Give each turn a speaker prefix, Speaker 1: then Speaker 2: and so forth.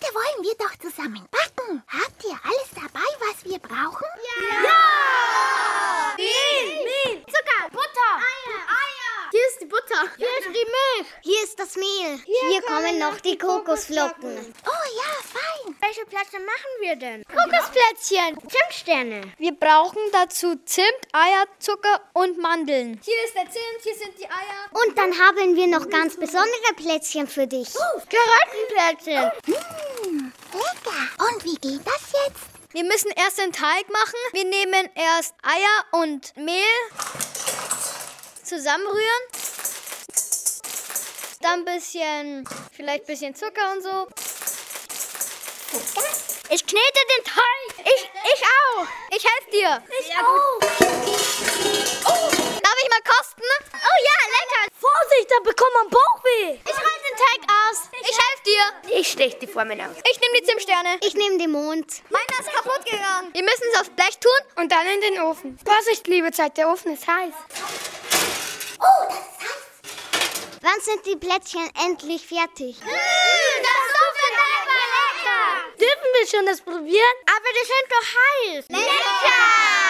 Speaker 1: können wir doch zusammen backen. Habt ihr alles dabei, was wir brauchen? Ja!
Speaker 2: Mehl, Mehl, Zucker, Butter, Eier, Eier. Hier ist die Butter. Hier ist
Speaker 3: genau.
Speaker 2: die Milch.
Speaker 4: Hier ist das Mehl. Hier, kommen noch die Kokosflocken.
Speaker 1: Oh ja, fein.
Speaker 2: Welche Plätzchen machen wir denn? Kokosplätzchen. Zimtsterne.
Speaker 5: Wir brauchen dazu Zimt, Eier, Zucker und Mandeln.
Speaker 3: Hier ist der Zimt, hier sind die Eier.
Speaker 4: Und dann haben wir noch ganz besondere Plätzchen für dich.
Speaker 2: Karottenplätzchen.
Speaker 1: Oh, Hm, lecker. Und wie geht das jetzt?
Speaker 5: Wir müssen erst den Teig machen. Wir nehmen erst Eier und Mehl zusammenrühren. Dann ein bisschen, vielleicht ein bisschen Zucker und so. Ich knete den Teig. Ich, ich auch. Ich helfe dir. Ich
Speaker 1: Oh.
Speaker 5: auch. Darf ich mal kosten? Oh ja, lecker. Vorsicht, da bekommt man Bauchweh. Ich roll den Teig aus. Ich helfe dir.
Speaker 2: Ich steche die Formen aus.
Speaker 5: Ich nehme die Zimtsterne.
Speaker 4: Ich nehme den Mond.
Speaker 5: Meiner ist kaputt gegangen. Wir müssen es auf Blech tun und dann in den Ofen. Vorsicht, liebe Zeit, der Ofen ist heiß.
Speaker 1: Oh, das ist heiß.
Speaker 4: Wann sind die Plätzchen endlich fertig?
Speaker 5: Hm,
Speaker 2: Das Suppenteig war lecker.
Speaker 5: Dürfen wir schon das probieren?
Speaker 2: Aber die sind doch heiß. Lecker.